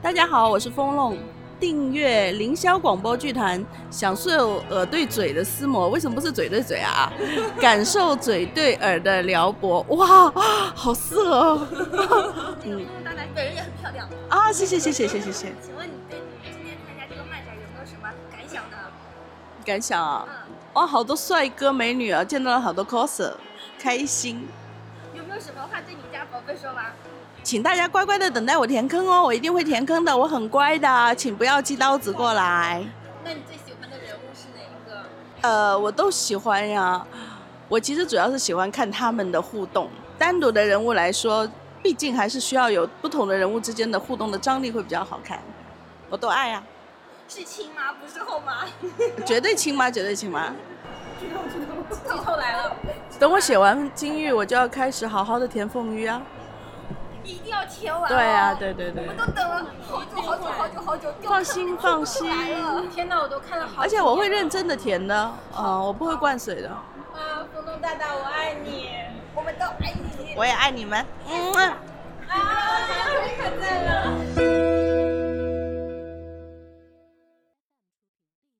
大家好，我是风龙。订阅凌霄广播剧团，享受耳对嘴的厮磨。为什么不是嘴对嘴啊？感受嘴对耳的撩拨。哇，好适合哦！ 嗯，当然本人也很漂亮。啊，谢谢谢谢谢谢谢。请问你对今天参加这个漫展有没有什么感想呢？感想啊，嗯，哇，好多帅哥美女啊，见到了好多 coser，开心。有没有什么话对你家宝贝说吗？请大家乖乖的等待我填坑哦，我一定会填坑的，我很乖的，啊请不要寄刀子过来。那你最喜欢的人物是哪一个？呃，我都喜欢呀。我其实主要是喜欢看他们的互动。单独的人物来说，毕竟还是需要有不同的人物之间的互动的张力会比较好看。我都爱呀，是亲妈，不是后 妈。绝对亲妈，绝对亲妈。剧透剧透剧透来了，等我写完金玉，我就要开始好好的填凤鱼啊。一定要填完、哦。对啊，。对对对我。都等了好久好久好久好久，放心放心天哪，我都看了好。而且我会认。真的填的，呃，我不会灌水的。啊，风东大大，我爱你。我们都爱你。我也爱你们。嗯。啊。